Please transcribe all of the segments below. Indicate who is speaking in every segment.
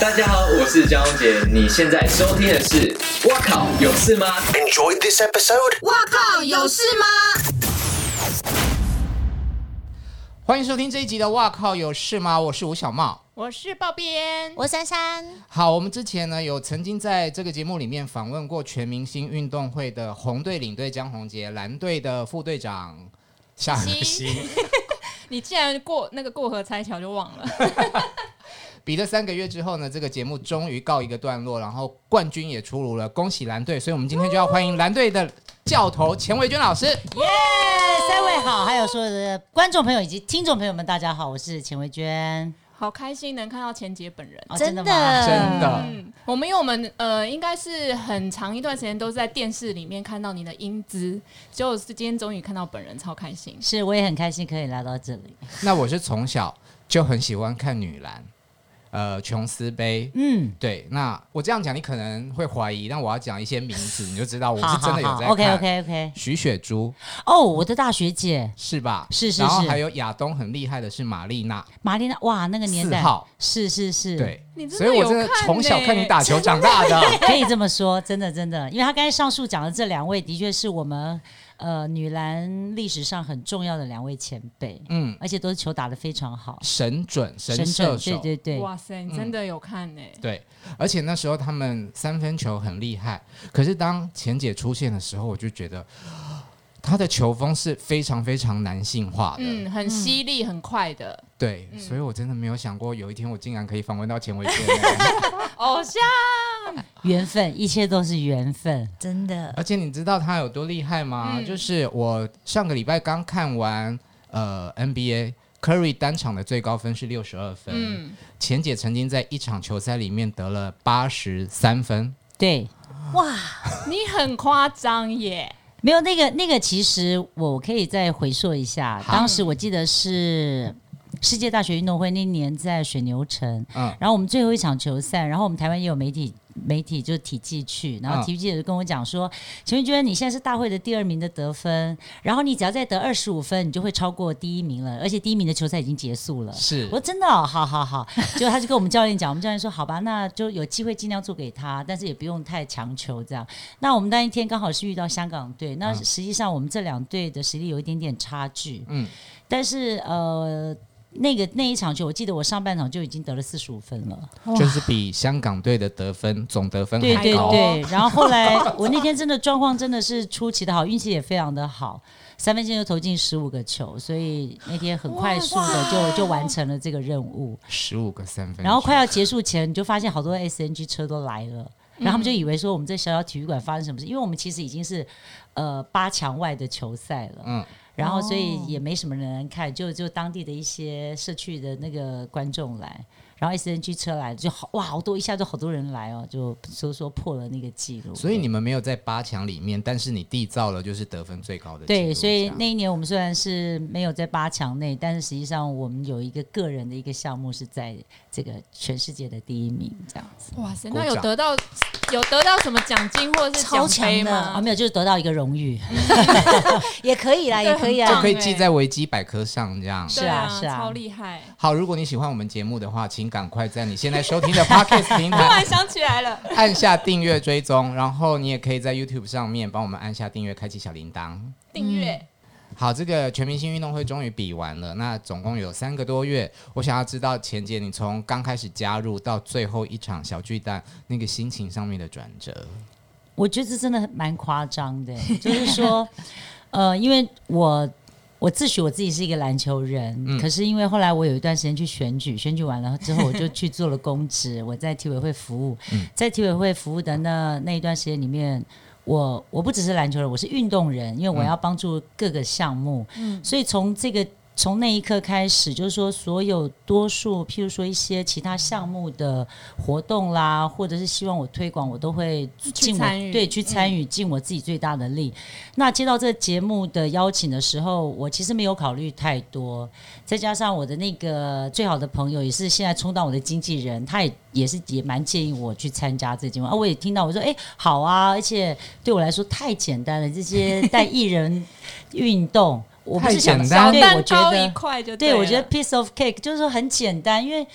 Speaker 1: 大家好，我是江宏杰，你现在收听的是《哇靠有事吗》。
Speaker 2: Enjoyed this episode?
Speaker 3: 哇靠，有事吗？
Speaker 4: 欢迎收听这一集的《哇靠有事吗》，我是吴小茂。
Speaker 5: 我是爆边，
Speaker 3: 我珊珊，
Speaker 4: 好，我们之前呢有曾经在这个节目里面访问过全明星运动会的红队领队江宏杰、蓝队的副队长夏恒
Speaker 5: 西
Speaker 4: 星，
Speaker 5: 你竟然过那个过河拆桥就忘了，
Speaker 4: 比了三个月之后呢，这个节目终于告一个段落，然后冠军也出炉了，恭喜蓝队！所以我们今天就要欢迎蓝队的教头钱维娟老师。
Speaker 6: 呃三位好，还有所有的观众朋友以及听众朋友们，大家好，我是钱维娟。
Speaker 5: 好开心能看到钱姐本人。
Speaker 6: 哦
Speaker 3: 的
Speaker 6: 吗？
Speaker 4: 真的
Speaker 5: 嗯，我们因为我们呃，应该是很长一段时间都是在电视里面看到你的英姿，结果是今天终于看到本人，超开心。
Speaker 6: 是，我也很开心可以来到这里。
Speaker 4: 那我是从小就很喜欢看女篮，呃，琼斯杯，
Speaker 6: 嗯，
Speaker 4: 对，那我这样讲你可能会怀疑，但我要讲一些名字，你就知道我
Speaker 6: 好
Speaker 4: 是真
Speaker 6: 好
Speaker 4: 的有在
Speaker 6: 好，OK
Speaker 4: 看。
Speaker 6: OK OK。
Speaker 4: 徐雪珠
Speaker 6: 哦，我的大学姐
Speaker 4: 是吧？
Speaker 6: 是是
Speaker 4: 然后
Speaker 6: 是
Speaker 4: 还有亚东很厉害的是玛丽娜，
Speaker 6: 玛丽娜，哇，那个年代
Speaker 4: 四号，
Speaker 6: 是是是，，
Speaker 4: 对
Speaker 5: 你，真的
Speaker 4: 所以我真的
Speaker 5: 有看
Speaker 4: 从小
Speaker 5: 呢
Speaker 4: 看你打球长大的。
Speaker 6: 可以这么说， 真的真的，因为她刚才上述讲的这两位，的确是我们呃女篮历史上很重要的两位前辈，
Speaker 4: 嗯，
Speaker 6: 而且都是球打得非常好，
Speaker 4: 神准神
Speaker 6: 神
Speaker 4: 射
Speaker 6: 准，
Speaker 4: 手，
Speaker 6: 对对对，
Speaker 5: 哇塞，你真的有看呢、
Speaker 4: 对而且那时候他们三分球很厉害，可是当钱姐出现的时候，我就觉得她的球风是非常非常男性化的。
Speaker 5: 嗯，很犀利，很快的
Speaker 4: 对，所以我真的没有想过有一天我竟然可以访问到钱伟娟。
Speaker 5: 偶像。
Speaker 6: 缘分，一切都是缘分，
Speaker 3: 真的，
Speaker 4: 而且你知道他有多厉害吗？
Speaker 5: 嗯
Speaker 4: 就是我上个礼拜刚看完呃 NBA。Curry 单场的最高分是六十二分，
Speaker 5: 嗯，
Speaker 4: 钱姐曾经在一场球赛里面得了八十三分，
Speaker 6: 对。
Speaker 5: 你很夸张耶，
Speaker 6: 没有那个那个，其实我可以再回溯一下，
Speaker 4: 好
Speaker 6: 当时我记得是世界大学运动会那年在水牛城，
Speaker 4: 嗯
Speaker 6: 然后我们最后一场球赛，然后我们台湾也有媒体。媒体就体记去，然
Speaker 4: 嗯
Speaker 6: 后体育记者就跟我讲说：“陈玉娟，你现在是大会的第二名的得分，然后你只要再得二十五分，你就会超过第一名了，而且第一名的球赛已经结束了。”
Speaker 4: 是
Speaker 6: 我说真的、哦，好好好。 结果他就跟我们教练讲，我们教练说：“好吧，那就有机会尽量做给他，但是也不用太强求这样。”那我们那一天刚好是遇到香港队，那
Speaker 4: 嗯
Speaker 6: 实际上我们这两队的实力有一点点差距，
Speaker 4: 嗯，
Speaker 6: 但是呃。那个那一场球，我记得我上半场就已经得了四十五分
Speaker 4: 嗯
Speaker 6: 了，
Speaker 4: 就是比香港队的得分总得分
Speaker 6: 对
Speaker 4: 还
Speaker 6: 对
Speaker 4: 高。
Speaker 6: 对。然后后来我那天真的状况真的是出奇的好，运气也非常的好，三分线就投进十五个球，所以那天很快速的就就完成了这个任务。
Speaker 4: 十五个三分球，
Speaker 6: 然后快要结束前，你就发现好多 SNG 车都来了，
Speaker 4: 嗯
Speaker 6: 然后他们就以为说我们在小小体育馆发生什么事，因为我们其实已经是呃八强外的球赛了，
Speaker 4: 嗯
Speaker 6: 然后所以也没什么人看，就就当地的一些社区的那个观众来。然后 SNG 车来就好哇，好多一下就好多人来哦，就所以说破了那个记录。
Speaker 4: 所以你们没有在八强里面，但是你缔造了就是得分最高的记录
Speaker 6: 对，所以
Speaker 4: 这样
Speaker 6: 那一年我们虽然是没有在八强内，但是实际上我们有一个个人的一个项目是在这个全世界的第一名这样子。
Speaker 5: 哇塞，
Speaker 4: 鼓
Speaker 5: 那有
Speaker 4: 掌
Speaker 5: 得到有得到什么奖金或者是
Speaker 3: 超
Speaker 5: 奖
Speaker 3: 强
Speaker 5: 杯
Speaker 3: 的
Speaker 6: 啊，
Speaker 5: 吗？嗯
Speaker 6: 没有，就是得到一个荣誉。
Speaker 3: 也可以啦，也可以
Speaker 5: 这
Speaker 4: 就
Speaker 3: 啊
Speaker 5: 样
Speaker 4: 可以记在维基百科上这样。
Speaker 5: 对
Speaker 6: 是啊是啊
Speaker 5: 超厉害。
Speaker 4: 好，如果你喜欢我们节目的话，请赶快在你现在收听的 Podcast 平台
Speaker 5: 突然想起来了，
Speaker 4: 按下订阅追踪，然后你也可以在 YouTube 上面帮我们按下订阅，开启小铃铛。
Speaker 5: 订阅。
Speaker 4: 好，这个全明星运动会终于比完了，那总共有三个多月。我想要知道钱姐，你从刚开始加入到最后一场小巨蛋那个心情上面的转折。
Speaker 6: 我觉得这真的蛮夸张的，就是说， 呃，因为我我自诩我自己是一个篮球人，
Speaker 4: 嗯
Speaker 6: 可是因为后来我有一段时间去选举，选举完了之后，我就去做了公职，我在体委会服务，
Speaker 5: 嗯
Speaker 6: 在体委会服务的那那一段时间里面。我我不只是篮球人，我是运动人，
Speaker 5: 嗯
Speaker 6: 因为我要帮助各个项目，所以从这个从那一刻开始，就是说所有多数，譬如说一些其他项目的活动啦，或者是希望我推广，我都会尽我
Speaker 5: 参与嗯
Speaker 6: 对去参与，尽我自己最大的力。那接到这个节目的邀请的时候，我其实没有考虑太多，再加上我的那个最好的朋友也是现在充当我的经纪人，他也也是也蛮建议我去参加这个节目啊。我也听到我说，哎、好啊，而且对我来说太简单了，这些带艺人运动。我不
Speaker 4: 太
Speaker 6: 是想
Speaker 4: 简单
Speaker 6: 象，对，我
Speaker 5: 蛋
Speaker 6: 觉
Speaker 5: 糕一
Speaker 6: 得，
Speaker 5: 块就
Speaker 6: 对
Speaker 5: 了
Speaker 6: 我觉得 piece of cake 就是说很简单，因为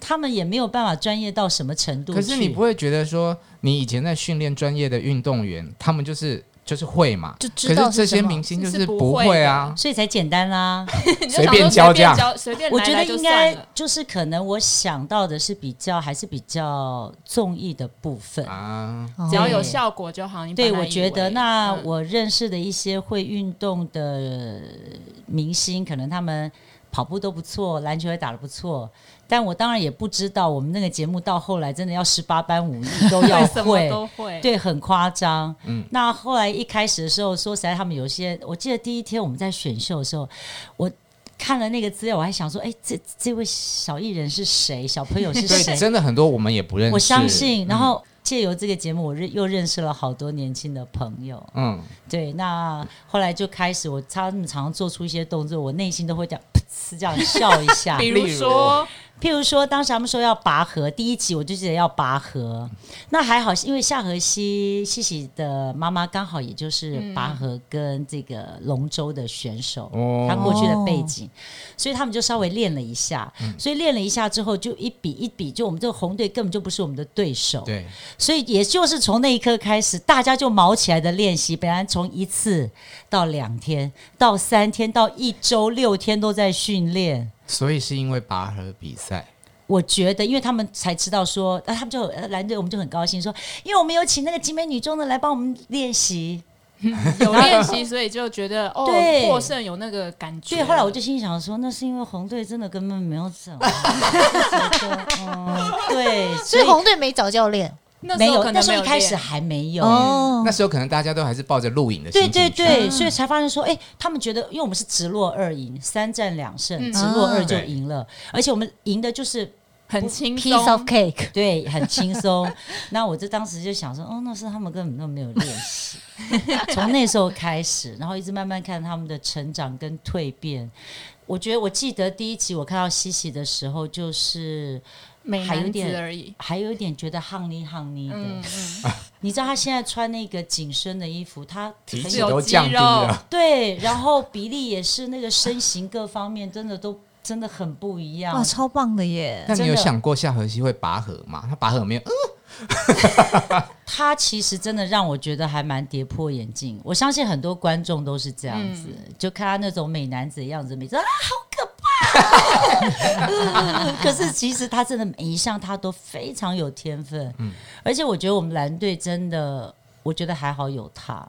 Speaker 6: 他们也没有办法专业到什么程度去。
Speaker 4: 可是你不会觉得说，你以前在训练专业的运动员，他们就是就是会嘛？
Speaker 3: 就
Speaker 4: 可
Speaker 3: 知道
Speaker 4: 是这
Speaker 3: 是
Speaker 4: 些
Speaker 3: 什么
Speaker 4: 明星就是是
Speaker 5: 不
Speaker 4: 不
Speaker 5: 会
Speaker 4: 会
Speaker 5: 的
Speaker 4: 啊。
Speaker 6: 所以才简单啦、
Speaker 5: 你就
Speaker 4: 随
Speaker 5: 想
Speaker 4: 便
Speaker 5: 说
Speaker 4: 交这样
Speaker 5: 交，随便
Speaker 6: 我
Speaker 5: 来
Speaker 6: 觉得
Speaker 5: 来就
Speaker 6: 应
Speaker 5: 算
Speaker 6: 该嗯
Speaker 5: 了。
Speaker 6: 就是可能我想到的是比较还是比较综艺的部分。
Speaker 4: 啊，
Speaker 5: 只要有
Speaker 6: 对
Speaker 5: 效果就好。你
Speaker 6: 对，
Speaker 5: 本来
Speaker 6: 我
Speaker 5: 以
Speaker 6: 觉得
Speaker 5: 为
Speaker 6: 那
Speaker 5: 嗯
Speaker 6: 我认识的一些会运动的明星，可能他们跑步都不错，篮球也打得不错，但我当然也不知道我们那个节目到后来真的要十八般武艺 都要
Speaker 5: 会什么
Speaker 6: 会。
Speaker 5: 都会，
Speaker 6: 对，很夸张。嗯，那后来一开始的时候，说实在，他们有些，我记得第一天我们在选秀的时候，我看了那个资料，我还想说，哎，这这位小艺人是谁？小朋友是
Speaker 4: 所以
Speaker 6: 谁？
Speaker 4: 真的很多我们也不认识。
Speaker 6: 我相信。然后借由这个节目，我认又认识了好多年轻的朋友。
Speaker 4: 嗯，
Speaker 6: 对，那后来就开始我他们常常做出一些动作，我内心都会这样噗嗤这样笑一下
Speaker 5: 比。如 说
Speaker 6: 譬如说，当时他们说要拔河，第一集我就记得要拔河，那还好，因为夏荷西西西的妈妈刚好也就是拔河跟这个龙舟的选手，
Speaker 4: 哦
Speaker 6: 她过去的背景，所以他们就稍微练了一下，所以练了一下之后，就一比一比，就我们这个红队根本就不是我们的对手，
Speaker 4: 对，
Speaker 6: 所以也就是从那一刻开始，大家就毛起来的练习，本来从一次到两天，到三天，到一周六天都在训练。
Speaker 4: 所以是因为拔河比赛，
Speaker 6: 我觉得，因为他们才知道说，啊、他们就呃蓝队，我们就很高兴说，因为我们有请那个集美女中的来帮我们练习。
Speaker 5: 有练习，所以就觉得哦
Speaker 6: 对，
Speaker 5: 获胜有那个感觉。
Speaker 6: 对，后来我就心里想说，那是因为红队真的根本没有 整、啊，我就觉得嗯，对，
Speaker 3: 所以红队哦没找教练
Speaker 5: 那
Speaker 6: 没
Speaker 5: 时候
Speaker 6: 有，
Speaker 5: 可
Speaker 6: 那
Speaker 5: 能
Speaker 6: 时
Speaker 5: 没
Speaker 6: 候一
Speaker 5: 有
Speaker 6: 开始
Speaker 5: 练
Speaker 6: 还没有。
Speaker 3: 哦
Speaker 4: 那。时候可能大家都还是抱着录影的心
Speaker 6: 对
Speaker 4: 情
Speaker 6: 嗯对
Speaker 4: 去
Speaker 6: 对，
Speaker 5: 嗯
Speaker 6: 所以才发现说，哎，他们觉得，因为我们是直落二赢，三战两胜，
Speaker 5: 嗯
Speaker 6: 直落二就
Speaker 4: 对
Speaker 6: 赢了，而且我们赢的就是
Speaker 5: 很轻
Speaker 3: piece of
Speaker 5: 松，
Speaker 3: cake，
Speaker 6: 对，很轻松。 那我就当时就想说，哦，那是他们根本都没有练习。 从那时候开始，然后一直慢慢看他们的成长跟蜕变。我觉得我记得第一集我看到西西的时候，就是
Speaker 5: 美
Speaker 6: 还有
Speaker 5: 男子
Speaker 6: 点
Speaker 5: 而已。
Speaker 6: 还有一点觉得夯妮夯妮的。
Speaker 5: 嗯，嗯
Speaker 6: 你知道她现在穿那个紧身的衣服，她
Speaker 4: 体
Speaker 6: 很
Speaker 4: 脂
Speaker 5: 有
Speaker 4: 都降低
Speaker 5: 肌肉
Speaker 4: 了，
Speaker 6: 对，然后比例也是那个身形各方面真的都真的很不一样
Speaker 3: 哇，。超棒的耶！
Speaker 4: 那你有
Speaker 6: 真的
Speaker 4: 想过夏荷西会拔河吗？他拔河没有？呃
Speaker 6: 他其实真的让我觉得还蛮跌破眼镜。我相信很多观众都是这样子，
Speaker 5: 嗯
Speaker 6: 就看他那种美男子的样子，每次啊好可怕。啊 可是其实他真的每一项他都非常有天分，而且我觉得我们蓝队真的，我觉得还好有他。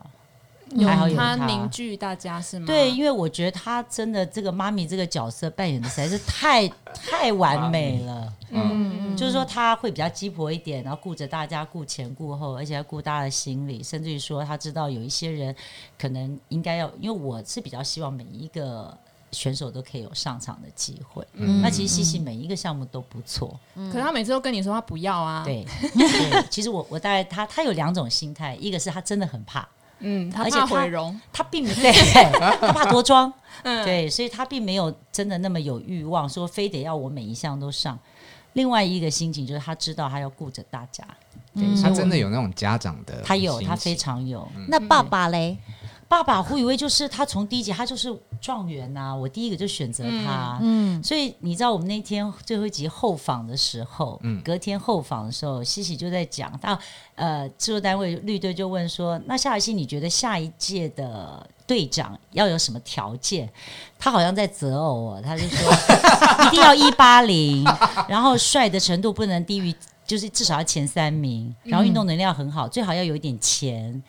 Speaker 5: 有
Speaker 6: 还好有
Speaker 5: 他
Speaker 6: 他
Speaker 5: 凝聚大家是吗？
Speaker 6: 对，，因为我觉得他真的这个妈咪这个角色扮演的实在是太太完美了。
Speaker 5: 嗯，
Speaker 6: 就是说他会比较鸡婆一点，然后顾着大家，顾前顾后，而且要顾大家的心理，甚至于说他知道有一些人可能应该要，因为我是比较希望每一个。选手都可以有上场的机会，
Speaker 5: 嗯
Speaker 3: 嗯
Speaker 6: 那其实西西每一个项目都不错，
Speaker 5: 可是他每次都跟你说他不要啊，，
Speaker 6: 对。对其实我我大概他他有两种心态，一个是他真的很怕，
Speaker 5: 嗯，他
Speaker 6: 而且他
Speaker 5: 怕毁容，
Speaker 6: 他并没对，他怕多 装，
Speaker 5: 嗯
Speaker 6: 对，所以他并没有真的那么有欲望，说非得要我每一项都上。另外一个心情就是他知道他要顾着大家，对，所
Speaker 4: 他
Speaker 6: 以我
Speaker 4: 真的有那种家长的心情，
Speaker 6: 他有，他非常有。
Speaker 3: 那爸爸嘞？
Speaker 6: 爸爸胡宇威就是他从第一集他就是状元呐、我第一个就选择他。
Speaker 3: 嗯，
Speaker 6: 所以你知道我们那天最后一集后访的时候，隔天后访的时候，西西就在讲到，呃，制作单位绿队就问说，那夏雨欣你觉得下一届的队长要有什么条件？他好像在择偶哦，他就说一定要一八零，然后帅的程度不能低于。就是至少要前三名，然后运动能力要很好，最好要有一点钱，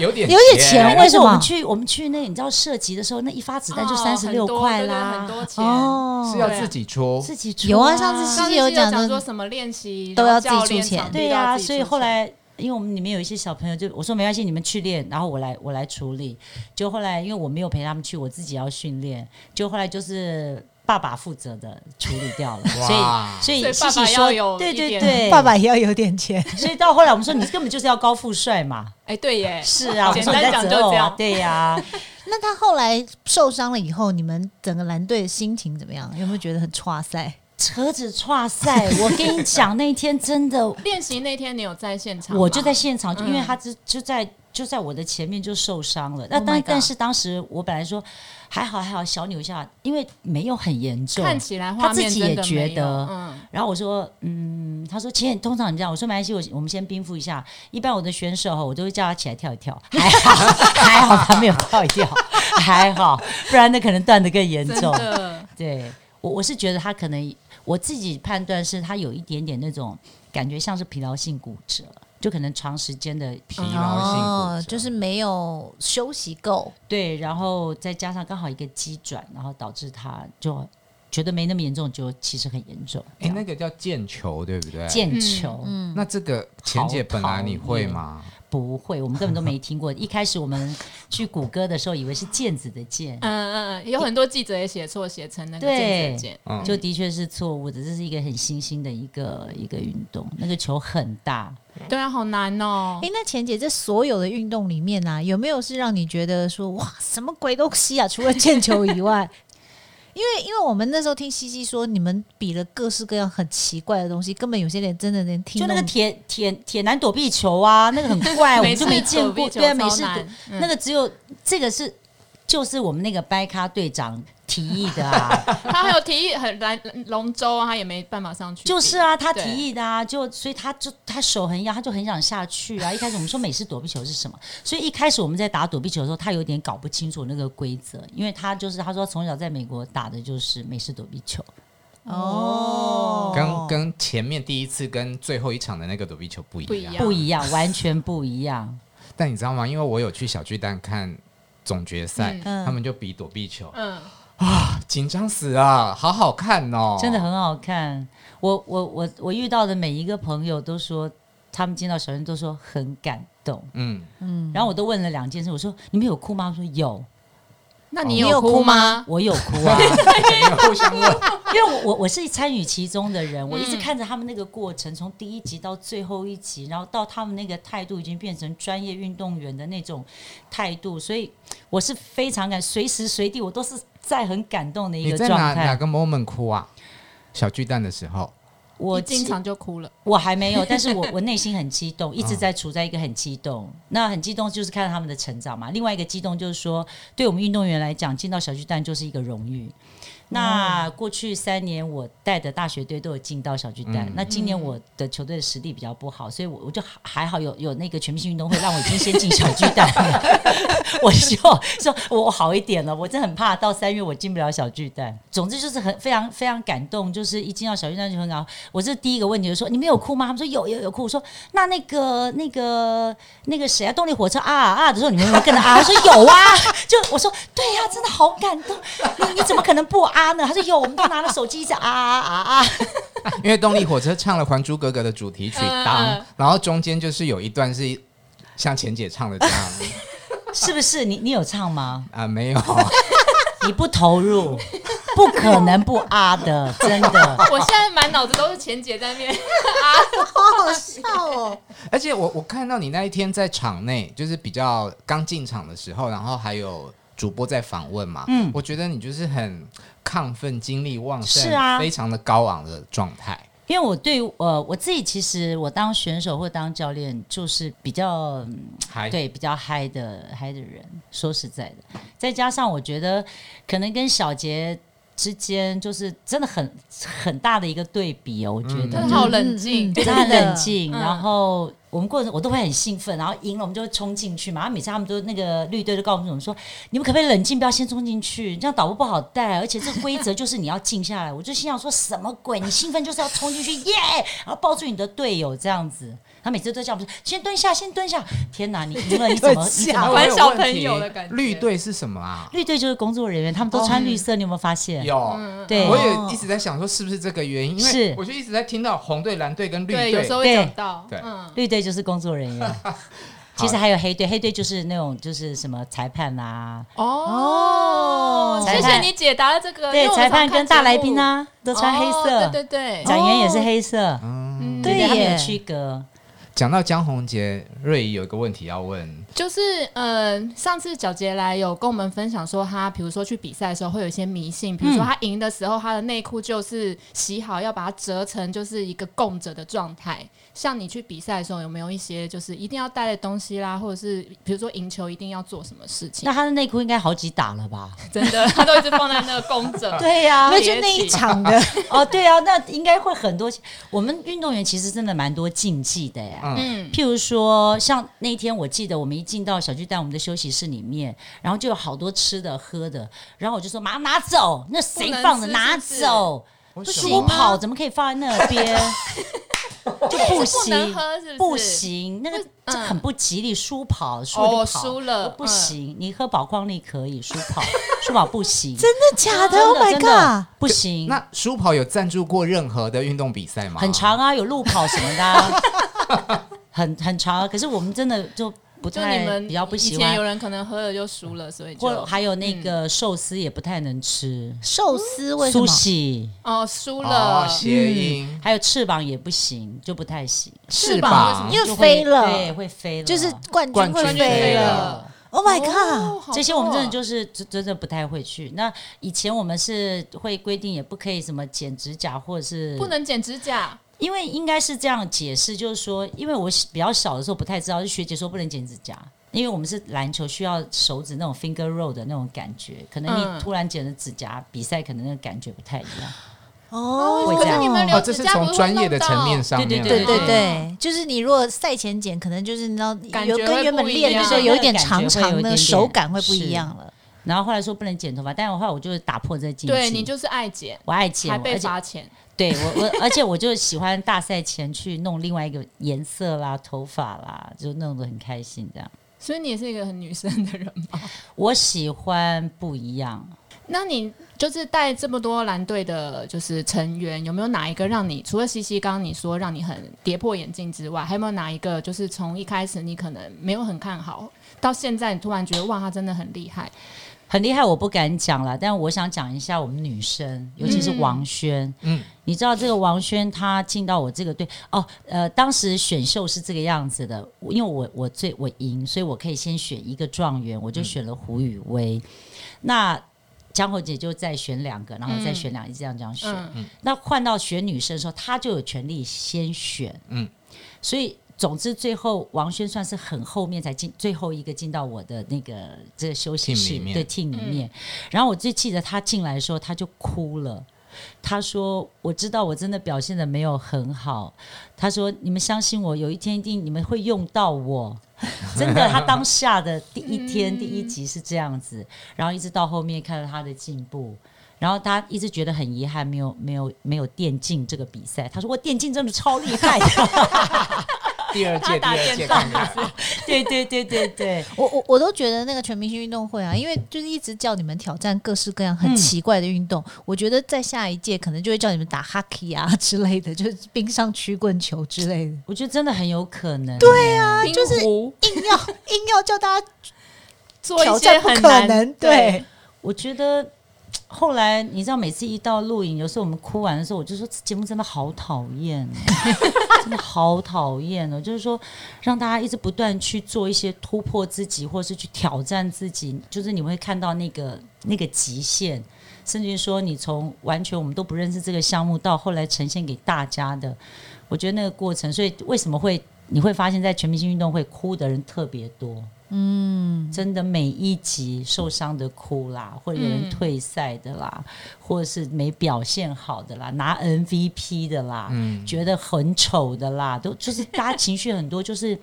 Speaker 4: 有点
Speaker 3: 有点钱
Speaker 6: 但
Speaker 3: 为
Speaker 6: 是
Speaker 3: 什
Speaker 6: 我
Speaker 3: 么
Speaker 6: 们去我们去那个你知道射击的时候，那一发子弹就
Speaker 5: 哦
Speaker 6: 三十六
Speaker 5: 很多
Speaker 6: 块
Speaker 5: 对对
Speaker 6: 啦
Speaker 5: 很，多钱。
Speaker 3: 哦
Speaker 4: 是要自己出，
Speaker 6: 自己出
Speaker 3: 有啊，上次
Speaker 5: 上
Speaker 3: 西
Speaker 5: 次
Speaker 3: 西
Speaker 5: 有
Speaker 3: 有讲
Speaker 5: 讲说
Speaker 3: 的，
Speaker 5: 什么练习
Speaker 3: 都
Speaker 5: 然后
Speaker 3: 要自己
Speaker 5: 教
Speaker 3: 出
Speaker 5: 练
Speaker 3: 钱
Speaker 5: 场地
Speaker 6: 对
Speaker 5: 都要
Speaker 6: 呀、
Speaker 5: 自己
Speaker 6: 所以
Speaker 5: 出
Speaker 6: 后
Speaker 5: 钱
Speaker 6: 来。因为我们里面有一些小朋友就，我说没关系，你们去练，然后我来我来处理。就后来因为我没有陪他们去，我自己要训练。就后来就是爸爸负责的处理掉了，
Speaker 4: 哇
Speaker 6: 所以所
Speaker 5: 所以
Speaker 6: 以
Speaker 5: 爸
Speaker 6: 西
Speaker 5: 爸
Speaker 6: 西
Speaker 5: 要
Speaker 6: 说
Speaker 5: 有，
Speaker 6: 对
Speaker 5: 一
Speaker 6: 对
Speaker 5: 点
Speaker 6: 对，
Speaker 3: 爸。爸也要有点钱。
Speaker 6: 所以到后来我们说你根本就是要高富帅嘛，
Speaker 5: 哎，对 耶，
Speaker 6: 是啊，我
Speaker 5: 简
Speaker 6: 们说你在
Speaker 5: 单讲
Speaker 6: 择
Speaker 5: 就
Speaker 6: 偶啊
Speaker 5: 这样，，
Speaker 6: 对呀、
Speaker 3: 那他后来受伤了以后，你们整个蓝队的心情怎么样？有没有觉得很差赛？
Speaker 6: 车子跨赛，我跟你讲，那天真的
Speaker 5: 练习那天你有在现场吗？
Speaker 6: 我就在现场，就因为
Speaker 5: 嗯
Speaker 6: 他就就在就在我的前面就受伤了。那
Speaker 3: Oh my
Speaker 6: 当
Speaker 3: God
Speaker 6: 但是当时我本来说还好还好小扭一下，因为没有很严重。
Speaker 5: 看起来
Speaker 6: 他
Speaker 5: 画
Speaker 6: 自
Speaker 5: 面
Speaker 6: 己
Speaker 5: 真
Speaker 6: 也
Speaker 5: 的
Speaker 6: 觉
Speaker 5: 没有
Speaker 6: 得
Speaker 5: 嗯，
Speaker 6: 然后我说，嗯，他说，其实通常你这样，我说没关系，我我们先冰敷一下。一般我的选手哈，我都会叫他起来跳一跳，还好 还好他没有跳一跳， 还好，不然那可能断得更严
Speaker 5: 嗯真
Speaker 6: 重。
Speaker 5: 的，
Speaker 6: 对我我是觉得他可能我自己判断是他有一点点那种感觉像是疲劳性骨折，就可能长时间的疲
Speaker 4: 疲劳性骨折
Speaker 3: 哦就是没有休息够，
Speaker 6: 对，然后再加上刚好一个机转，然后导致他就觉得没那么严重，就其实很严重。
Speaker 4: 哎、那个叫毽球，对不对？
Speaker 6: 毽球、
Speaker 3: 嗯
Speaker 4: 那这个钱姐
Speaker 6: 好
Speaker 4: 本来你
Speaker 6: 讨
Speaker 4: 会
Speaker 6: 厌
Speaker 4: 吗？
Speaker 6: 不会，我们根本都没听过。 一开始我们去谷歌的时候，以为是毽子的毽
Speaker 5: 嗯，嗯嗯，有很多记者也写错，写成那个
Speaker 6: 对
Speaker 5: 健健
Speaker 4: 嗯，
Speaker 6: 就的确是错误的。这是一个很新兴的一个一个运动，那个球很大，
Speaker 5: 对啊，好难哦
Speaker 3: 哎、。那钱姐，这所有的运动里面啊，有没有是让你觉得说哇，什么鬼东西啊？除了毽球以外， 因为因为我们那时候听西西说，你们比了各式各样很奇怪的东西，根本有些人真的连听
Speaker 6: 就那个
Speaker 3: 都
Speaker 6: 铁铁铁男躲避球啊，那个很 怪，我
Speaker 5: 每
Speaker 6: 们
Speaker 5: 次
Speaker 6: 都没
Speaker 5: 躲
Speaker 6: 见
Speaker 5: 避
Speaker 6: 过。
Speaker 5: 球
Speaker 6: 对啊，
Speaker 5: 超
Speaker 6: 每次
Speaker 5: 难
Speaker 6: 躲
Speaker 5: 嗯
Speaker 6: 那个只有这个是就是我们那个掰咖队长提议的 啊，
Speaker 5: 他还有提议很来龙舟啊，他也没办法上去比。
Speaker 6: 就是啊，他
Speaker 5: 对
Speaker 6: 提议的啊，就所以他就他手很痒，他就很想下去啊。一开始我们说美式躲避球是什么，所以一开始我们在打躲避球的时候，他有点搞不清楚那个规则，因为他就是他说从小在美国打的就是美式躲避球，
Speaker 3: 哦，
Speaker 4: 跟跟前面第一次跟最后一场的那个躲避球不一
Speaker 5: 不一
Speaker 4: 样。
Speaker 5: 样
Speaker 6: 不一样，完全不一样。
Speaker 4: 但你知道吗？因为我有去小巨蛋看总决赛，
Speaker 3: 嗯
Speaker 4: 他们就比躲避球，
Speaker 5: 嗯，
Speaker 4: 紧张死了，好好看哦，
Speaker 6: 真的很好看。我我我我遇到的每一个朋友都说，他们见到小燕都说很感动。
Speaker 4: 嗯，
Speaker 6: 然后我都问了两件事，我说你们有哭吗？他说有，
Speaker 5: 那
Speaker 4: 哦
Speaker 5: 你
Speaker 4: 你
Speaker 5: 有
Speaker 3: 有
Speaker 5: 哭
Speaker 3: 哭
Speaker 5: 吗？
Speaker 6: 我有哭 啊，
Speaker 4: 没有互 相问，
Speaker 6: 因为我我我是参与其中的
Speaker 4: 嗯
Speaker 6: 人，我一直看着他们那个过程，从第一集到最后一集，然后到他们那个态度已经变成专业运动员的那种态度，所以我是非常感，随时随地我都是在很感动的一
Speaker 4: 你
Speaker 6: 个
Speaker 4: 在哪
Speaker 6: 状
Speaker 4: 哪
Speaker 6: 态。
Speaker 4: 个 moment 哭啊？小巨蛋的时候，
Speaker 6: 我
Speaker 5: 一进场就哭了。
Speaker 6: 我还没有，但是我我内心很激动，一直在处在一个很激动。那很激动就是看到他们的成长嘛。另外一个激动就是说，对我们运动员来讲，进到小巨蛋就是一个荣誉。那过去三年我带的大学队都有进到小巨蛋，
Speaker 4: 嗯
Speaker 6: 那今年我的球队的实力比较不好，所以我我就还还好有有那个全明星运动会让我已经先进小巨蛋了， 我就说我我好一点了，我真的很怕到三月我进不了小巨蛋。总之就是很非常非常感动，就是一进到小巨蛋就很感动。我这第一个问题就说你们有哭吗？他们说有有有哭。我说那那个那个那个谁啊，动力火车啊啊啊的时候，你们有没有跟着啊？他说有啊，就我说对呀、真的好感动，你你怎么可能不啊呢？他说有，我们都拿了手机一直啊啊啊啊。
Speaker 4: 因为动力火车唱了《还珠格格》的主题曲
Speaker 5: 嗯嗯
Speaker 4: 《
Speaker 5: 嗯
Speaker 4: 当》，然后中间就是有一段是像钱姐唱的这样
Speaker 6: 是不是你你有唱吗？
Speaker 4: 啊，没有，
Speaker 6: 你不投入，不可能不啊的，真的。
Speaker 5: 我现在满脑子都是钱姐在 面，
Speaker 3: 好好笑哦。
Speaker 4: 而且我我看到你那一天在场内，就是比较刚进场的时候，然后还有主播在访问嘛，嗯，我觉得你就是很亢奋、精力旺盛，
Speaker 6: 是啊
Speaker 4: 非常的高昂的状态。
Speaker 6: 因为我对呃我自己，其实我当选手或当教练，就是比较嗯
Speaker 4: 还，
Speaker 6: 对比较嗨的嗨的人。说实在的，再加上我觉得可能跟小杰之间，就是真的很很大的一个对比哦。我觉得、
Speaker 5: 真
Speaker 6: 就
Speaker 5: 的好冷静
Speaker 3: 嗯嗯嗯。
Speaker 6: 对
Speaker 3: 真
Speaker 6: 他很
Speaker 3: 的
Speaker 6: 冷静，
Speaker 5: 嗯
Speaker 6: 然后我们过程我都会很兴奋，然后赢了我们就会冲进去嘛。然后每次他们都那个绿队就告诉我们说，你们可不可以冷静，不要先冲进去，这样导播不好带。而且这个规则就是你要静下来。我就心想说什么鬼？你兴奋就是要冲进去耶，然后抱住你的队友这样子。他每次都叫我们说先蹲下，先蹲下。天哪，你赢了你 怎么你怎
Speaker 5: 好
Speaker 6: 么？
Speaker 5: 玩
Speaker 4: 我有
Speaker 5: 小
Speaker 4: 问
Speaker 5: 朋
Speaker 4: 题
Speaker 5: 友的感觉
Speaker 4: 绿队是什么啊？
Speaker 6: 绿队就是工作人员，他们都穿绿色，你有没有发现？
Speaker 4: 有。
Speaker 5: 嗯
Speaker 6: 对
Speaker 4: 我也一直在想说是不是这个原因，因为
Speaker 6: 是
Speaker 4: 我就一直在听到红队、蓝队跟绿队，
Speaker 5: 对，有时候会讲到，
Speaker 4: 对
Speaker 5: 嗯，
Speaker 6: 绿队就是工作人员。 其实还有黑队，黑队就是那种就是什么裁判啊，
Speaker 5: 哦，
Speaker 6: 裁
Speaker 5: 谢
Speaker 6: 判
Speaker 5: 谢你解答这个，呃因
Speaker 6: 对，
Speaker 5: 为我
Speaker 6: 裁
Speaker 5: 们
Speaker 6: 判
Speaker 5: 常看
Speaker 6: 跟大
Speaker 5: 节
Speaker 6: 来
Speaker 5: 目
Speaker 6: 宾啊啊，都穿黑色，
Speaker 5: 哦对对对，
Speaker 6: 展员也是黑色，
Speaker 5: 嗯
Speaker 6: 对
Speaker 3: 对
Speaker 6: 他们有
Speaker 3: 耶
Speaker 6: 区隔。
Speaker 4: 讲到江宏杰，瑞怡有一个问题要问，
Speaker 5: 就是呃，上次小杰来有跟我们分享说他，比如说去比赛的时候会有一些迷信，比如说
Speaker 6: 嗯
Speaker 5: 他赢的时候，他的内裤就是洗好要把它折成就是一个供着的状态。像你去比赛的时候，有没有一些就是一定要带的东西啦，或者是比如说赢球一定要做什么事情？
Speaker 6: 那他的内裤应该好几打了吧？
Speaker 5: 真的，他都一直放在那个供着。
Speaker 6: 对呀、
Speaker 3: 那就那一场的，
Speaker 6: 哦，对啊，那应该会很多。我们运动员其实真的蛮多禁忌的呀。
Speaker 4: 嗯，
Speaker 5: 嗯，
Speaker 6: 譬如说，像那一天，我记得我们一进到小巨蛋，我们的休息室里面，然后就有好多吃的喝的，然后我就说：“马上拿走，那谁放的
Speaker 5: 不能吃
Speaker 6: 拿
Speaker 5: 是不是
Speaker 6: 走，
Speaker 4: 不
Speaker 6: 不行，我跑怎么可以放在那边？就不
Speaker 5: 是不能
Speaker 6: 行，
Speaker 5: 喝是
Speaker 6: 不
Speaker 5: 是？
Speaker 6: 行，那个
Speaker 5: 不
Speaker 6: 这很不吉利，输跑输就
Speaker 5: 哦，
Speaker 6: 跑
Speaker 5: 输了嗯
Speaker 6: 不。行，你喝宝矿力可以，输跑输跑不行，
Speaker 3: 真的假的
Speaker 6: 真
Speaker 3: ？Oh
Speaker 6: 的
Speaker 3: my
Speaker 6: 真
Speaker 3: god！
Speaker 6: 的不行。
Speaker 4: 那舒跑有赞助过任何的运动比赛吗？
Speaker 6: 嗯很长啊，有路跑什么的、啊， 很很长、啊。可是我们真的就不
Speaker 5: 嗯就你
Speaker 6: 太
Speaker 5: 们
Speaker 6: 哎比较不
Speaker 5: 以
Speaker 6: 喜
Speaker 5: 前有
Speaker 6: 欢，
Speaker 5: 人可能喝了就输了，所以就嗯
Speaker 6: 或还有那个寿司也不太能吃，
Speaker 3: 寿司为什
Speaker 6: 苏
Speaker 3: 么？
Speaker 6: 喜
Speaker 5: 哦输
Speaker 4: 哦
Speaker 5: 了，
Speaker 4: 谐音。
Speaker 6: 还有翅膀也不行，就不太行，
Speaker 4: 翅
Speaker 3: 膀
Speaker 4: 膀
Speaker 3: 因
Speaker 6: 就会
Speaker 3: 为飞
Speaker 6: 对，
Speaker 3: 了，
Speaker 6: 会飞了，
Speaker 3: 就是冠军
Speaker 4: 冠
Speaker 3: 会
Speaker 4: 军
Speaker 3: 飞
Speaker 4: 飞
Speaker 3: 了。
Speaker 4: 了。
Speaker 3: Oh my
Speaker 5: 哦
Speaker 3: god！
Speaker 5: 好
Speaker 6: 这些我们
Speaker 5: 酷哦
Speaker 6: 真的就是真真的不太会去。那以前我们是会规定，也不可以什么剪指甲，或者是
Speaker 5: 不能剪指甲，
Speaker 6: 因为应该是这样解释，就是说，因为我比较小的时候不太知道，是学姐说不能剪指甲，因为我们是篮球需要手指那种 finger roll 的那种感觉，可能
Speaker 5: 嗯
Speaker 6: 你突然剪了指甲，比赛可能那个感觉不太一样。
Speaker 3: 嗯哦，
Speaker 6: 会这样可是你
Speaker 5: 们留
Speaker 4: 哦，这是从专业的层面上面来
Speaker 6: 对
Speaker 3: 对对
Speaker 5: 对
Speaker 3: 对，就是你如果赛前剪，可能就是你知道
Speaker 5: 感
Speaker 3: 有
Speaker 5: 觉
Speaker 3: 跟
Speaker 5: 会
Speaker 3: 原本
Speaker 5: 不一
Speaker 3: 练的
Speaker 5: 样
Speaker 3: 时候有一点
Speaker 6: 那个感
Speaker 3: 长
Speaker 6: 觉会有
Speaker 3: 长
Speaker 6: 一点
Speaker 3: 的
Speaker 6: 点
Speaker 3: 手感会不
Speaker 6: 是
Speaker 3: 一样了。
Speaker 6: 然后后来说不能剪头发，但我后来我就打破这个禁忌。
Speaker 5: 对你就是爱剪，
Speaker 6: 我爱
Speaker 5: 还
Speaker 6: 剪，我
Speaker 5: 被
Speaker 6: 而且
Speaker 5: 罚钱，
Speaker 6: 对我我，而且我就喜欢大赛前去弄另外一个颜色啦、头发啦，就弄得很开心这样。
Speaker 5: 所以你也是一个很女生的人嘛。
Speaker 6: 我喜欢不一样，
Speaker 5: 那你就是带这么多蓝队的，就是成员，有没有哪一个让你除了西西刚刚你说让你很跌破眼镜之外，还有没有哪一个就是从一开始你可能没有很看好，到现在你突然觉得哇，他真的很厉害？
Speaker 6: 很厉害，我不敢讲了，但我想讲一下我们女生，尤其是王轩。嗯，你知道这个王轩她进到我这个队哦，呃，当时选秀是这个样子的，因为我我最我赢，所以我可以先选一个状元，我就选了胡宇威。那江宏姐就再选两个，然后再选两个，一直这样这样选。
Speaker 5: 嗯，
Speaker 6: 那换到选女生的时候，她就有权利先选。嗯
Speaker 4: 嗯，
Speaker 6: 所以总之最后王轩算是很后面才进，最后一个进到我的那个这个休息
Speaker 4: Team
Speaker 6: 室
Speaker 4: 里面嗯
Speaker 6: 对 team 里面。然后我最记得他进来的时候，他就哭了。他说：“我知道我真的表现的没有很好。”他说：“你们相信我，有一天一定你们会用到 我。”真的，他当下的第一天、
Speaker 4: 嗯
Speaker 6: 第一集是这样子，然后一直到后面看到他的进步，然后他一直觉得很遗憾，没有没有没有电竞这个比赛。他说我电竞真的超厉害的，
Speaker 4: 第二
Speaker 6: 他
Speaker 4: 届，第
Speaker 6: 打
Speaker 4: 二
Speaker 6: 电
Speaker 4: 届
Speaker 6: 棒
Speaker 4: 看看，
Speaker 6: 对对对对对，
Speaker 3: 我我我都觉得那个全明星运动会啊，因为就是一直叫你们挑战各式各样很奇怪的运动，我觉得在下一届可能就会叫你们打 hockey 啊之类的，就是冰上曲棍球之类的，
Speaker 6: 我觉得真的很有可能。对啊，
Speaker 5: 就是
Speaker 3: 硬要硬要叫大家
Speaker 5: 做一
Speaker 3: 挑
Speaker 5: 些
Speaker 3: 战不
Speaker 5: 很
Speaker 3: 可
Speaker 5: 难，
Speaker 3: 能，对，
Speaker 6: 我觉得。后来你知道，每次一到录影，有时候我们哭完的时候，我就说这节目真的好讨 厌，哦真的好讨厌哦！就是说，让大家一直不断去做一些突破自己，或是去挑战自己，就是你会看到那个那个极限，甚至于说你从完全我们都不认识这个项目，到后来呈现给大家的，我觉得那个过程，所以为什么会你会发现在全明星运动会哭的人特别多？嗯，真的每一集受伤的哭啦，或者有人
Speaker 5: 嗯
Speaker 6: 退赛的啦，或者是没表现好的啦，拿 MVP 的啦，
Speaker 4: 嗯
Speaker 6: 觉得很丑的啦，都就是大家情绪很多，就是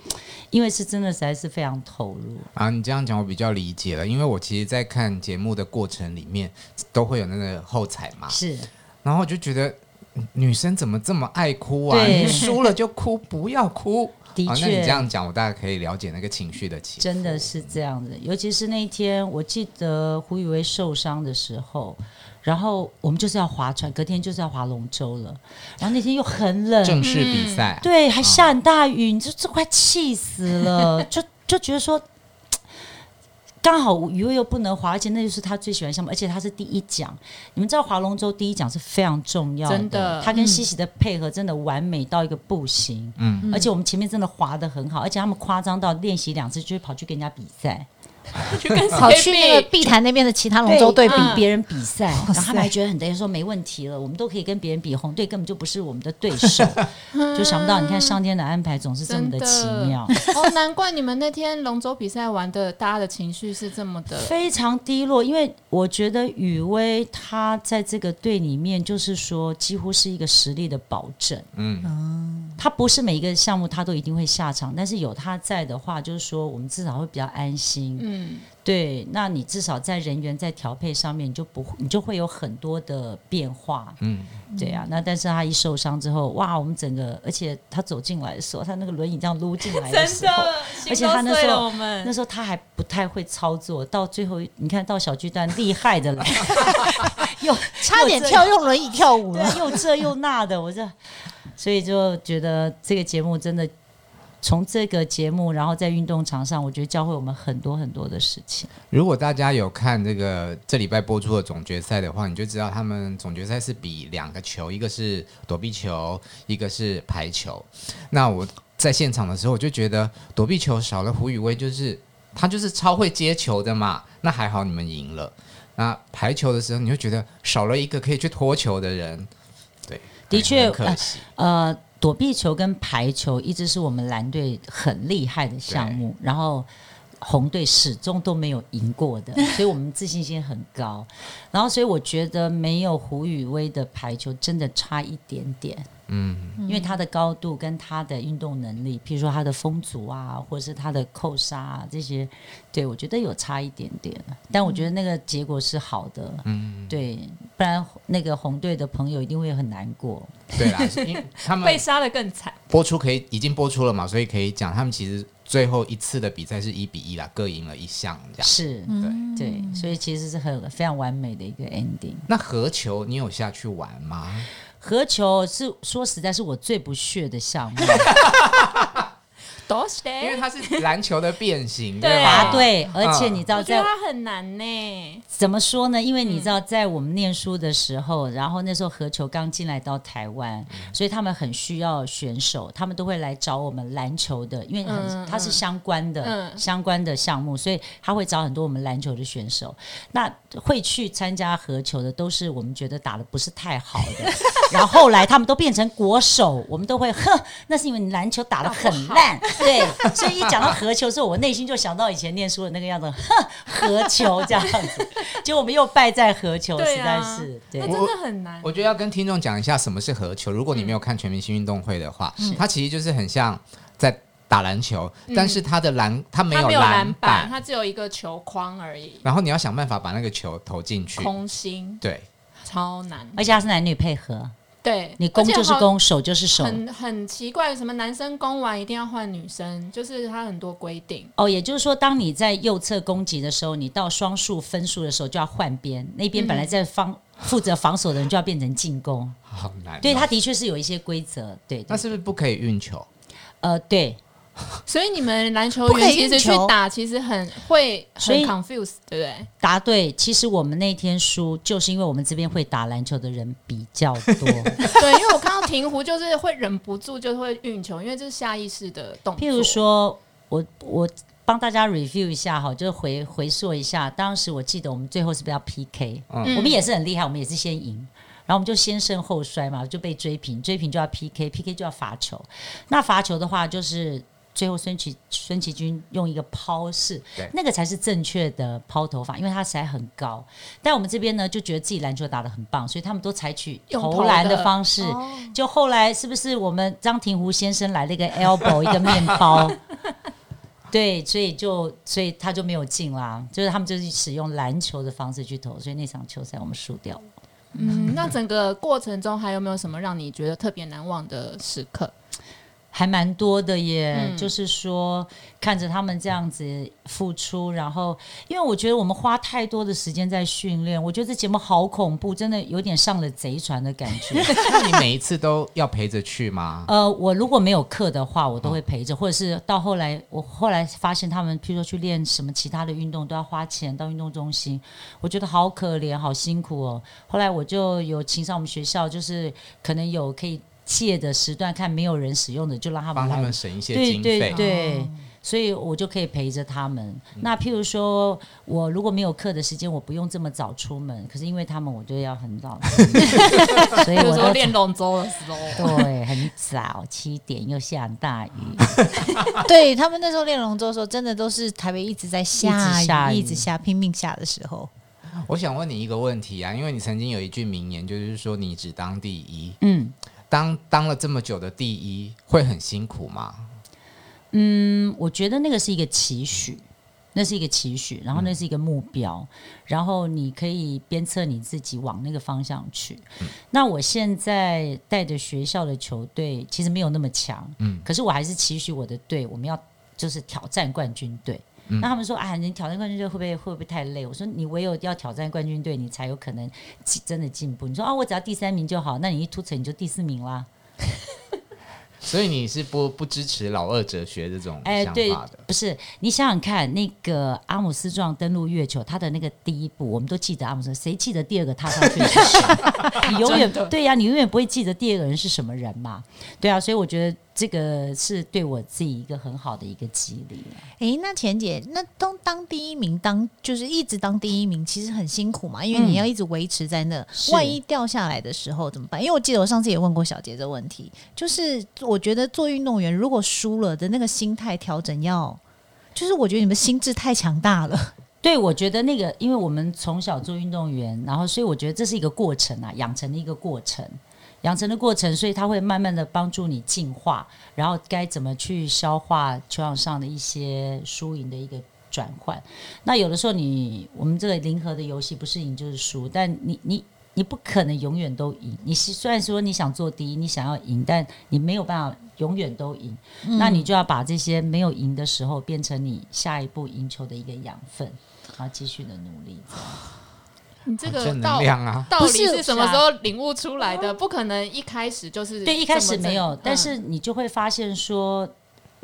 Speaker 6: 因为是真的实在是非常投 入。
Speaker 4: 啊，你这样讲我比较理解了，因为我其实，在看节目的过程里面，都会有那个后采嘛，
Speaker 6: 是，
Speaker 4: 然后我就觉得嗯女生怎么这么爱哭啊？
Speaker 6: 对
Speaker 4: 你输了就哭，不要哭。
Speaker 6: 的
Speaker 4: 啊，那
Speaker 6: 确，
Speaker 4: 你这样讲，我大概可以了解那个情绪的起伏。
Speaker 6: 真的是这样子。尤其是那一天，我记得胡宇威受伤的时候，然后我们就是要划船，隔天就是要划龙舟了，然后那天又很冷，
Speaker 4: 正式比赛，啊
Speaker 6: 嗯对，还下很大雨，你就这快气死了，就就觉得说。刚好余威又不能滑，而且那就是他最喜欢的项目，而且他是第一奖。你们知道划龙舟第一奖是非常重要
Speaker 5: 真的
Speaker 6: 他跟西西的配合真的完美到一个不行。
Speaker 4: 嗯，
Speaker 6: 而且我们前面真的滑得很好，而且他们夸张到练习两次就会跑去跟人家比赛，
Speaker 5: 去跟
Speaker 3: 跑去那
Speaker 5: 谁
Speaker 3: 个
Speaker 5: 比？
Speaker 3: 碧潭那边的其他龙舟队比，
Speaker 5: 嗯
Speaker 6: 别人比赛，然后他们还觉得很得意，说没问题了，我们都可以跟别人比，红队根本就不是我们的对手，就想不到你看上天的安排总是这么的奇妙。
Speaker 5: 哦，难怪你们那天龙舟比赛玩的，大家的情绪是这么的。
Speaker 6: 非常低落，因为我觉得雨薇她在这个队里面，就是说几乎是一个实力的保证。
Speaker 4: 嗯，
Speaker 6: 她不是每一个项目她都一定会下场，但是有她在的话，就是说我们至少会比较安心。
Speaker 5: 嗯，
Speaker 6: 对，那你至少在人员在调配上面，你就不你就会有很多的变化。
Speaker 4: 嗯，
Speaker 6: 对啊。那但是她一受伤之后，哇，我们整个，而且她走进来的时候，她那个轮椅这样撸进来的
Speaker 5: 真
Speaker 6: 时候。
Speaker 5: 的，
Speaker 6: 而且他那时候
Speaker 5: 心都碎了我
Speaker 6: 那
Speaker 5: 们
Speaker 6: 时候他还不太会操作，到最后你看到小巨蛋厉害的了，又
Speaker 3: 差点跳用轮椅跳舞了。
Speaker 6: 对，又这又那的，我这，所以就觉得这个节目真的，从这个节目，然后在运动场上，我觉得教会我们很多很多的事情。
Speaker 4: 如果大家有看这个这礼拜播出的总决赛的话，你就知道他们总决赛是比两个球，一个是躲避球，一个是排球。那我在现场的时候，我就觉得躲避球少了胡宇威，就是他就是超会接球的嘛。那还好你们赢了。那排球的时候，你就觉得少了一个可以去拖球的人。对，
Speaker 6: 的
Speaker 4: 哎
Speaker 6: 确
Speaker 4: 很可惜。
Speaker 6: 呃，躲避球跟排球一直是我们蓝队很厉害的项目，然后红队始终都没有赢过 的，所以我们自信心很高。然后，所以我觉得没有胡宇威的排球真的差一点点。嗯，因为他的高度跟他的运动能力，譬如说他的风阻啊，或者是他的扣杀啊这些，对我觉得有差一点点，但我觉得那个结果是好的。嗯，对，不然那个红队的朋友一定会很难过。
Speaker 4: 对啦，因为 他们
Speaker 5: 被杀的更惨。
Speaker 4: 播出可以已经播出了嘛，所以可以讲他们其实最后一次的比赛是一比一啦，各赢了一项这样。
Speaker 6: 是，
Speaker 4: 对
Speaker 6: 对，所
Speaker 5: 嗯
Speaker 6: 以其实是很非常完美的一个 ending。
Speaker 4: 那合球你有下去玩吗？
Speaker 6: 合球是说实在是我最不屑的项目，
Speaker 5: 都是
Speaker 4: 因为它是篮球的变形，对
Speaker 5: 哎对
Speaker 4: 吧？
Speaker 6: 答对，而且
Speaker 4: 嗯
Speaker 6: 你知道
Speaker 5: 我觉
Speaker 6: 在
Speaker 5: 得它很难呢。
Speaker 6: 怎么说呢？因为
Speaker 5: 嗯
Speaker 6: 你知道，在我们念书的时候，然后那时候何球刚进来到台湾，
Speaker 5: 嗯
Speaker 6: 所以他们很需要选手，他们都会来找我们篮球的，因为很、
Speaker 5: 嗯嗯
Speaker 6: 它是相关的、
Speaker 5: 嗯
Speaker 6: 相关的项目，所以他会找很多我们篮球的选手。那会去参加合球的，都是我们觉得打的不是太好 的，然后后来他们都变成国手，我们都会呵，那是因为你篮球打得很烂，对，所以一讲到合球的时候，我内心就想到以前念书的那个样子，呵，合球这样子，结果我们又败在合球，实
Speaker 5: 对
Speaker 6: 在
Speaker 5: 啊
Speaker 6: 是，对
Speaker 5: 那。真的很难。
Speaker 4: 我觉得要跟听众讲一下什么是合球。如果你没有看全明星运动会的话，它其实就是很像在打篮球，但是它的篮它没
Speaker 5: 它
Speaker 4: 有
Speaker 5: 没有
Speaker 4: 篮
Speaker 5: 篮板，
Speaker 4: 板，
Speaker 5: 它只有一个球框而已，
Speaker 4: 然后你要想办法把那个球投进去。
Speaker 5: 空心
Speaker 4: 对，
Speaker 5: 超难。
Speaker 6: 而且他是男女配合，
Speaker 5: 对，
Speaker 6: 哎你攻
Speaker 5: 而且
Speaker 6: 就是
Speaker 5: 好
Speaker 6: 攻，守就是守。
Speaker 5: 很很奇怪，什么男生攻完一定要换女生，就是他很多规定。
Speaker 6: 哦，也就是说，当你在右侧攻击的时候，你到双数分数的时候就要换边，那
Speaker 5: 嗯
Speaker 6: 边本来在防、负责防守的人就要变成进攻。
Speaker 4: 好难哦。
Speaker 6: 对，它的确是有一些规则。对，对
Speaker 5: 嗯
Speaker 4: 那是不是不可以运球？
Speaker 6: 呃，对，
Speaker 5: 所以你们篮球
Speaker 3: 不可以
Speaker 5: 员其
Speaker 3: 运
Speaker 5: 实去
Speaker 3: 球
Speaker 5: 打，其实很会
Speaker 6: 所
Speaker 5: 很
Speaker 6: 以
Speaker 5: confuse，对 不对？
Speaker 6: 答对。其实我们那天输，就是因为我们这边会打篮球的人比较多。
Speaker 5: 对，因为我看到停湖就是会忍不住就会运球，因为这是下意识的动作。
Speaker 6: 譬如，说，我我帮大家 review 一下哈，就是回回溯一下，当时我记得我们最后是不是要 PK？
Speaker 5: 嗯
Speaker 6: 我们也是很厉害，我们也是先赢，然后我们就先胜后衰嘛，就被追平，追平就要 PK，PK 就要罚球。那罚球的话，就是最后孙琦孙琦君用一个抛式
Speaker 4: 对，
Speaker 6: 那个才是正确的抛投法，因为他实在很高。但我们这边呢，就觉得自己篮球打得很棒，所以他们都采取
Speaker 5: 用
Speaker 6: 投
Speaker 5: 投
Speaker 6: 篮
Speaker 5: 的
Speaker 6: 的方式。
Speaker 5: 哦
Speaker 6: 就后来是不是我们张庭湖先生来了一个 elbow 一个面包？对，所以就所以他就没有进啦，就是他们就是使用篮球的方式去投，所以那场球赛我们输掉了。
Speaker 5: 嗯，那整个过程中还有没有什么让你觉得特别难忘的时刻？
Speaker 6: 还蛮多的耶。
Speaker 5: 嗯
Speaker 6: 就是说，看着他们这样子付出，然后因为我觉得我们花太多的时间在训练，我觉得这节目好恐怖，真的有点上了贼船的感觉。
Speaker 4: 那你每一次都要陪着去吗？
Speaker 6: 呃，我如果没有课的话，我都会陪着，或者是到后来，我后来发现他们，譬如说去练什么其他的运动，都要花钱到运动中心，我觉得好可怜，好辛苦哦。后来我就有请上我们学校，就是可能有可以借的时段，看没有人使用的，就让他们
Speaker 4: 帮
Speaker 6: 来
Speaker 4: 他们省一些
Speaker 6: 嗯对
Speaker 4: 经费。
Speaker 6: 对对，所以我就可以陪着他们。
Speaker 4: 嗯
Speaker 6: 那譬如说，我如果没有课的时间，我不用这么早出门，可是因为他们，我就要很早出门，所以
Speaker 5: 比如
Speaker 6: 我
Speaker 5: 说
Speaker 6: 都
Speaker 5: 练龙舟的 时候，
Speaker 6: 对，很早，七点又下大雨，
Speaker 3: 对他们那时候练龙舟的时候，真的都是台北一直在
Speaker 6: 一
Speaker 3: 下
Speaker 6: 直下雨
Speaker 3: 一直下，拼命下的时候。
Speaker 4: 我想问你一个问题啊，因为你曾经有一句名言，就是说你只当第一。
Speaker 6: 嗯。
Speaker 4: 当当了这么久的第一，会很辛苦吗？
Speaker 6: 嗯我觉得那个是一个期许，那是一个期许，然后那是一个目标，然后你可以鞭策你自己往那个方向去。那我现在带着学校的球队，其实没有那么强，
Speaker 4: 嗯
Speaker 6: 可是我还是期许我的队，我们要就是挑战冠军队。那他们说啊，你挑战冠军队会不会会不会太累？我说你唯有要挑战冠军队，你才有可能进真的进步。你说啊，我只要第三名就好，那你一突成你就第四名啦。
Speaker 4: 所以你是不不支持老二哲学这种
Speaker 6: 哎，
Speaker 4: 想
Speaker 6: 对
Speaker 4: 法的，，
Speaker 6: 不是你想想看，那个阿姆斯壮登陆月球，他的那个第一步，我们都记得阿姆斯壮，谁记得第二个踏上去的是谁？你永远对呀、你永远不会记得第二个人是什么人嘛？对啊，所以我觉得这个是对我自己一个很好的一个激励啊。
Speaker 3: 诶，那钱姐，那当当第一名，当就是一直当第一名，其实很辛苦嘛，因为你要一直维持在那，
Speaker 6: 是
Speaker 3: 万一掉下来的时候怎么办？因为我记得我上次也问过小杰这问题，就是我觉得做运动员如果输了的那个心态调整要，就是我觉得你们心智太强大了，
Speaker 6: 对，我觉得那个，因为我们从小做运动员，然后所以我觉得这是一个过程啊，养成的一个过程，养成的过程，所以它会慢慢的帮助你进化，然后该怎么去消化球场上的一些输赢的一个转换。那有的时候你我们这个零和的游戏不是赢就是输，但你你。你不可能永远都赢，你是虽然说你想做第一，你想要赢，但你没有办法永远都赢。那你就要把这些没有赢的时候，变成你下一步赢球的一个养分，然后继续的努力。
Speaker 5: 你这
Speaker 4: 好
Speaker 5: 个
Speaker 4: 正能
Speaker 5: 道
Speaker 4: 量
Speaker 6: 嗯
Speaker 4: 啊！
Speaker 5: 道
Speaker 3: 不
Speaker 5: 理
Speaker 3: 是
Speaker 5: 是什么时候领悟出来的？不可能一开始就是
Speaker 6: 对，一开始没有
Speaker 5: 这么正，嗯
Speaker 6: 但是你就会发现说，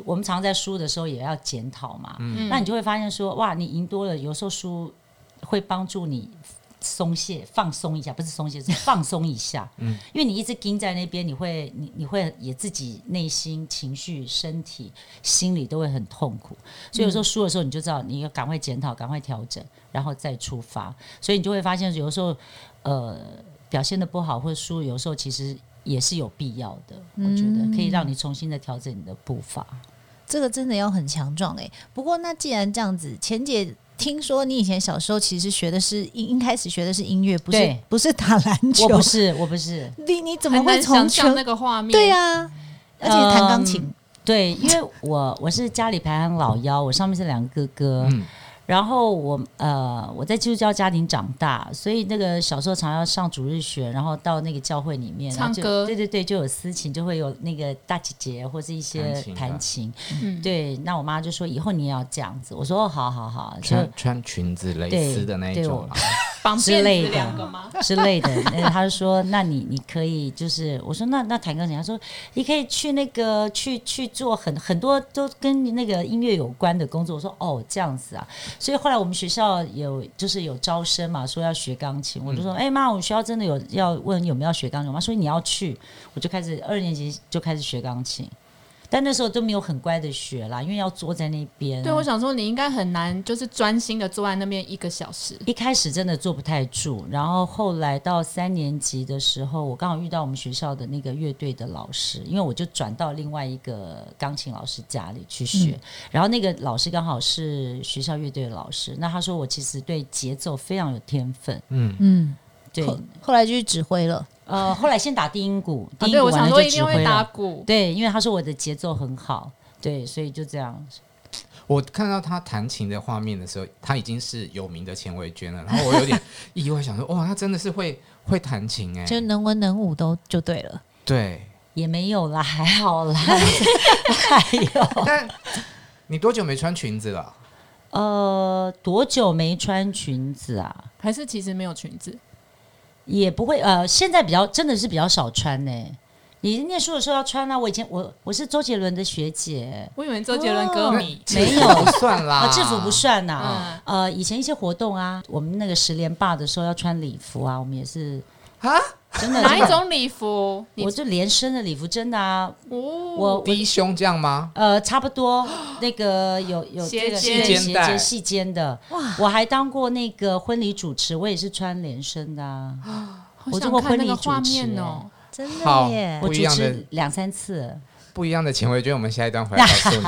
Speaker 6: 我们常在输的时候也要检讨嘛。
Speaker 5: 嗯
Speaker 6: 那你就会发现说，哇，你赢多了，有时候输会帮助你。松懈，放松一下，不是松懈，是放松一下。嗯，因为你一直盯在那边，你会，你你会也自己内心、情绪、身体、心里都会很痛苦。所以有时候输的时候，你就知道你要赶快检讨，赶快调整，然后再出发。所以你就会发现，有时候呃表现的不好或输，有时候其实也是有必要的。我觉得可以让你重新的调整你的步伐。
Speaker 3: 这个真的要很强壮诶。不过那既然这样子，钱姐。听说你以前小时候其实学的是一一开始学的是音乐，不是
Speaker 6: 对
Speaker 3: 不是打篮球，
Speaker 6: 我不是，我不是，
Speaker 3: 你你怎么
Speaker 5: 很
Speaker 3: 会
Speaker 5: 难
Speaker 3: 从
Speaker 5: 想
Speaker 3: 全
Speaker 5: 象那个画面。
Speaker 3: 对
Speaker 6: 啊
Speaker 3: 呀、而且弹钢琴、
Speaker 6: 对，因为我我是家里排行老幺，我上面是两个哥哥。
Speaker 4: 嗯
Speaker 6: 然后我呃，我在基督教家庭长大，所以那个小时候常要上主日学，然后到那个教会里面，然后就
Speaker 5: 唱歌
Speaker 6: 对对对，就有私情，就会有那个大姐姐或是一些
Speaker 4: 弹琴的
Speaker 6: 弹琴。
Speaker 5: 嗯，
Speaker 6: 对，那我妈就说以后你也要这样子。我说哦，好好好，就
Speaker 4: 穿穿裙子蕾
Speaker 6: 对
Speaker 4: 丝的那一
Speaker 6: 对
Speaker 4: 种
Speaker 6: 我
Speaker 4: 啊，
Speaker 5: 绑
Speaker 6: 之类
Speaker 5: 辫
Speaker 6: 的
Speaker 5: 子两个吗？
Speaker 6: 之类的。那他就说，那你你可以就是，我说那那弹钢琴，他说你可以去那个去去做很很多都跟那个音乐有关的工作。我说哦这样子啊，所以后来我们学校有就是有招生嘛，说要学钢琴，我就说哎妈、我们学校真的有要问有没有要学钢琴，我妈说你要去，我就开始二年级就开始学钢琴。但那时候都没有很乖的学啦，因为要坐在那边。啊
Speaker 5: 对，我想说你应该很难，就是专心的坐在那边一个小时。啊
Speaker 6: 一开始真的坐不太住，然后后来到三年级的时候，我刚好遇到我们学校的那个乐队的老师，因为我就转到另外一个钢琴老师家里去学，
Speaker 5: 嗯
Speaker 6: 然后那个老师刚好是学校乐队的老师，那他说我其实对节奏非常有天分，
Speaker 3: 嗯，
Speaker 6: 对，
Speaker 3: 后后来就去指挥了。
Speaker 6: 呃，后来先打低音鼓，
Speaker 5: 啊，
Speaker 6: 低音
Speaker 5: 对，
Speaker 6: 鼓
Speaker 5: 我想
Speaker 6: 完
Speaker 5: 说
Speaker 6: 了就
Speaker 5: 一
Speaker 6: 指
Speaker 5: 定
Speaker 6: 挥
Speaker 5: 会打
Speaker 6: 了，
Speaker 5: 鼓。
Speaker 6: 对，因为他说我的节奏很好，对，所以就这样，
Speaker 4: 我看到他弹琴的画面的时候，他已经是有名的钱维娟了。然后我有 点意外，想说哇，他真的是会会弹琴哎、
Speaker 3: 就能文能武都就对了。
Speaker 4: 对，
Speaker 6: 也没有啦，还好啦， 还有
Speaker 4: 但你多久没穿裙子了？啊
Speaker 6: 呃，多久没穿裙子啊？
Speaker 5: 还是其实没有裙子？
Speaker 6: 也不会，呃，现在比较真的是比较少穿呢、你念书的时候要穿啊，我以前我我是周杰伦的学姐，
Speaker 5: 我以为周杰伦歌迷。
Speaker 6: 哦没
Speaker 4: 制
Speaker 6: 有
Speaker 4: 服不嗯算啦，
Speaker 6: 啊，制服不算呐、
Speaker 5: 嗯
Speaker 6: 呃，以前一些活动啊，我们那个十连霸的时候要穿礼服啊，我们也是
Speaker 4: 啊，
Speaker 6: 真的
Speaker 5: 哪一？
Speaker 6: 真的
Speaker 5: 种礼服？你
Speaker 6: 我就连身的礼服，真的啊，
Speaker 5: 哦，我
Speaker 6: 我
Speaker 4: 低胸这样吗？
Speaker 6: 呃，差不 多那个有有
Speaker 5: 斜
Speaker 6: 这个
Speaker 5: 肩
Speaker 6: 对
Speaker 4: 肩
Speaker 6: 斜
Speaker 4: 带
Speaker 6: 肩细肩的，我还当过那个婚礼主持，我也是穿连身的啊，
Speaker 5: 好
Speaker 6: 我
Speaker 5: 想
Speaker 6: 做过
Speaker 5: 看
Speaker 6: 婚
Speaker 5: 那
Speaker 6: 礼
Speaker 5: 个
Speaker 6: 主
Speaker 5: 画
Speaker 6: 持
Speaker 5: 面
Speaker 6: 欸
Speaker 5: 哦。
Speaker 3: 真
Speaker 4: 好
Speaker 3: 的耶
Speaker 6: 我
Speaker 4: 不一
Speaker 6: 主
Speaker 4: 样的
Speaker 6: 持两三次。
Speaker 4: 不一样的钱慧娟，我们下一段回来告诉你。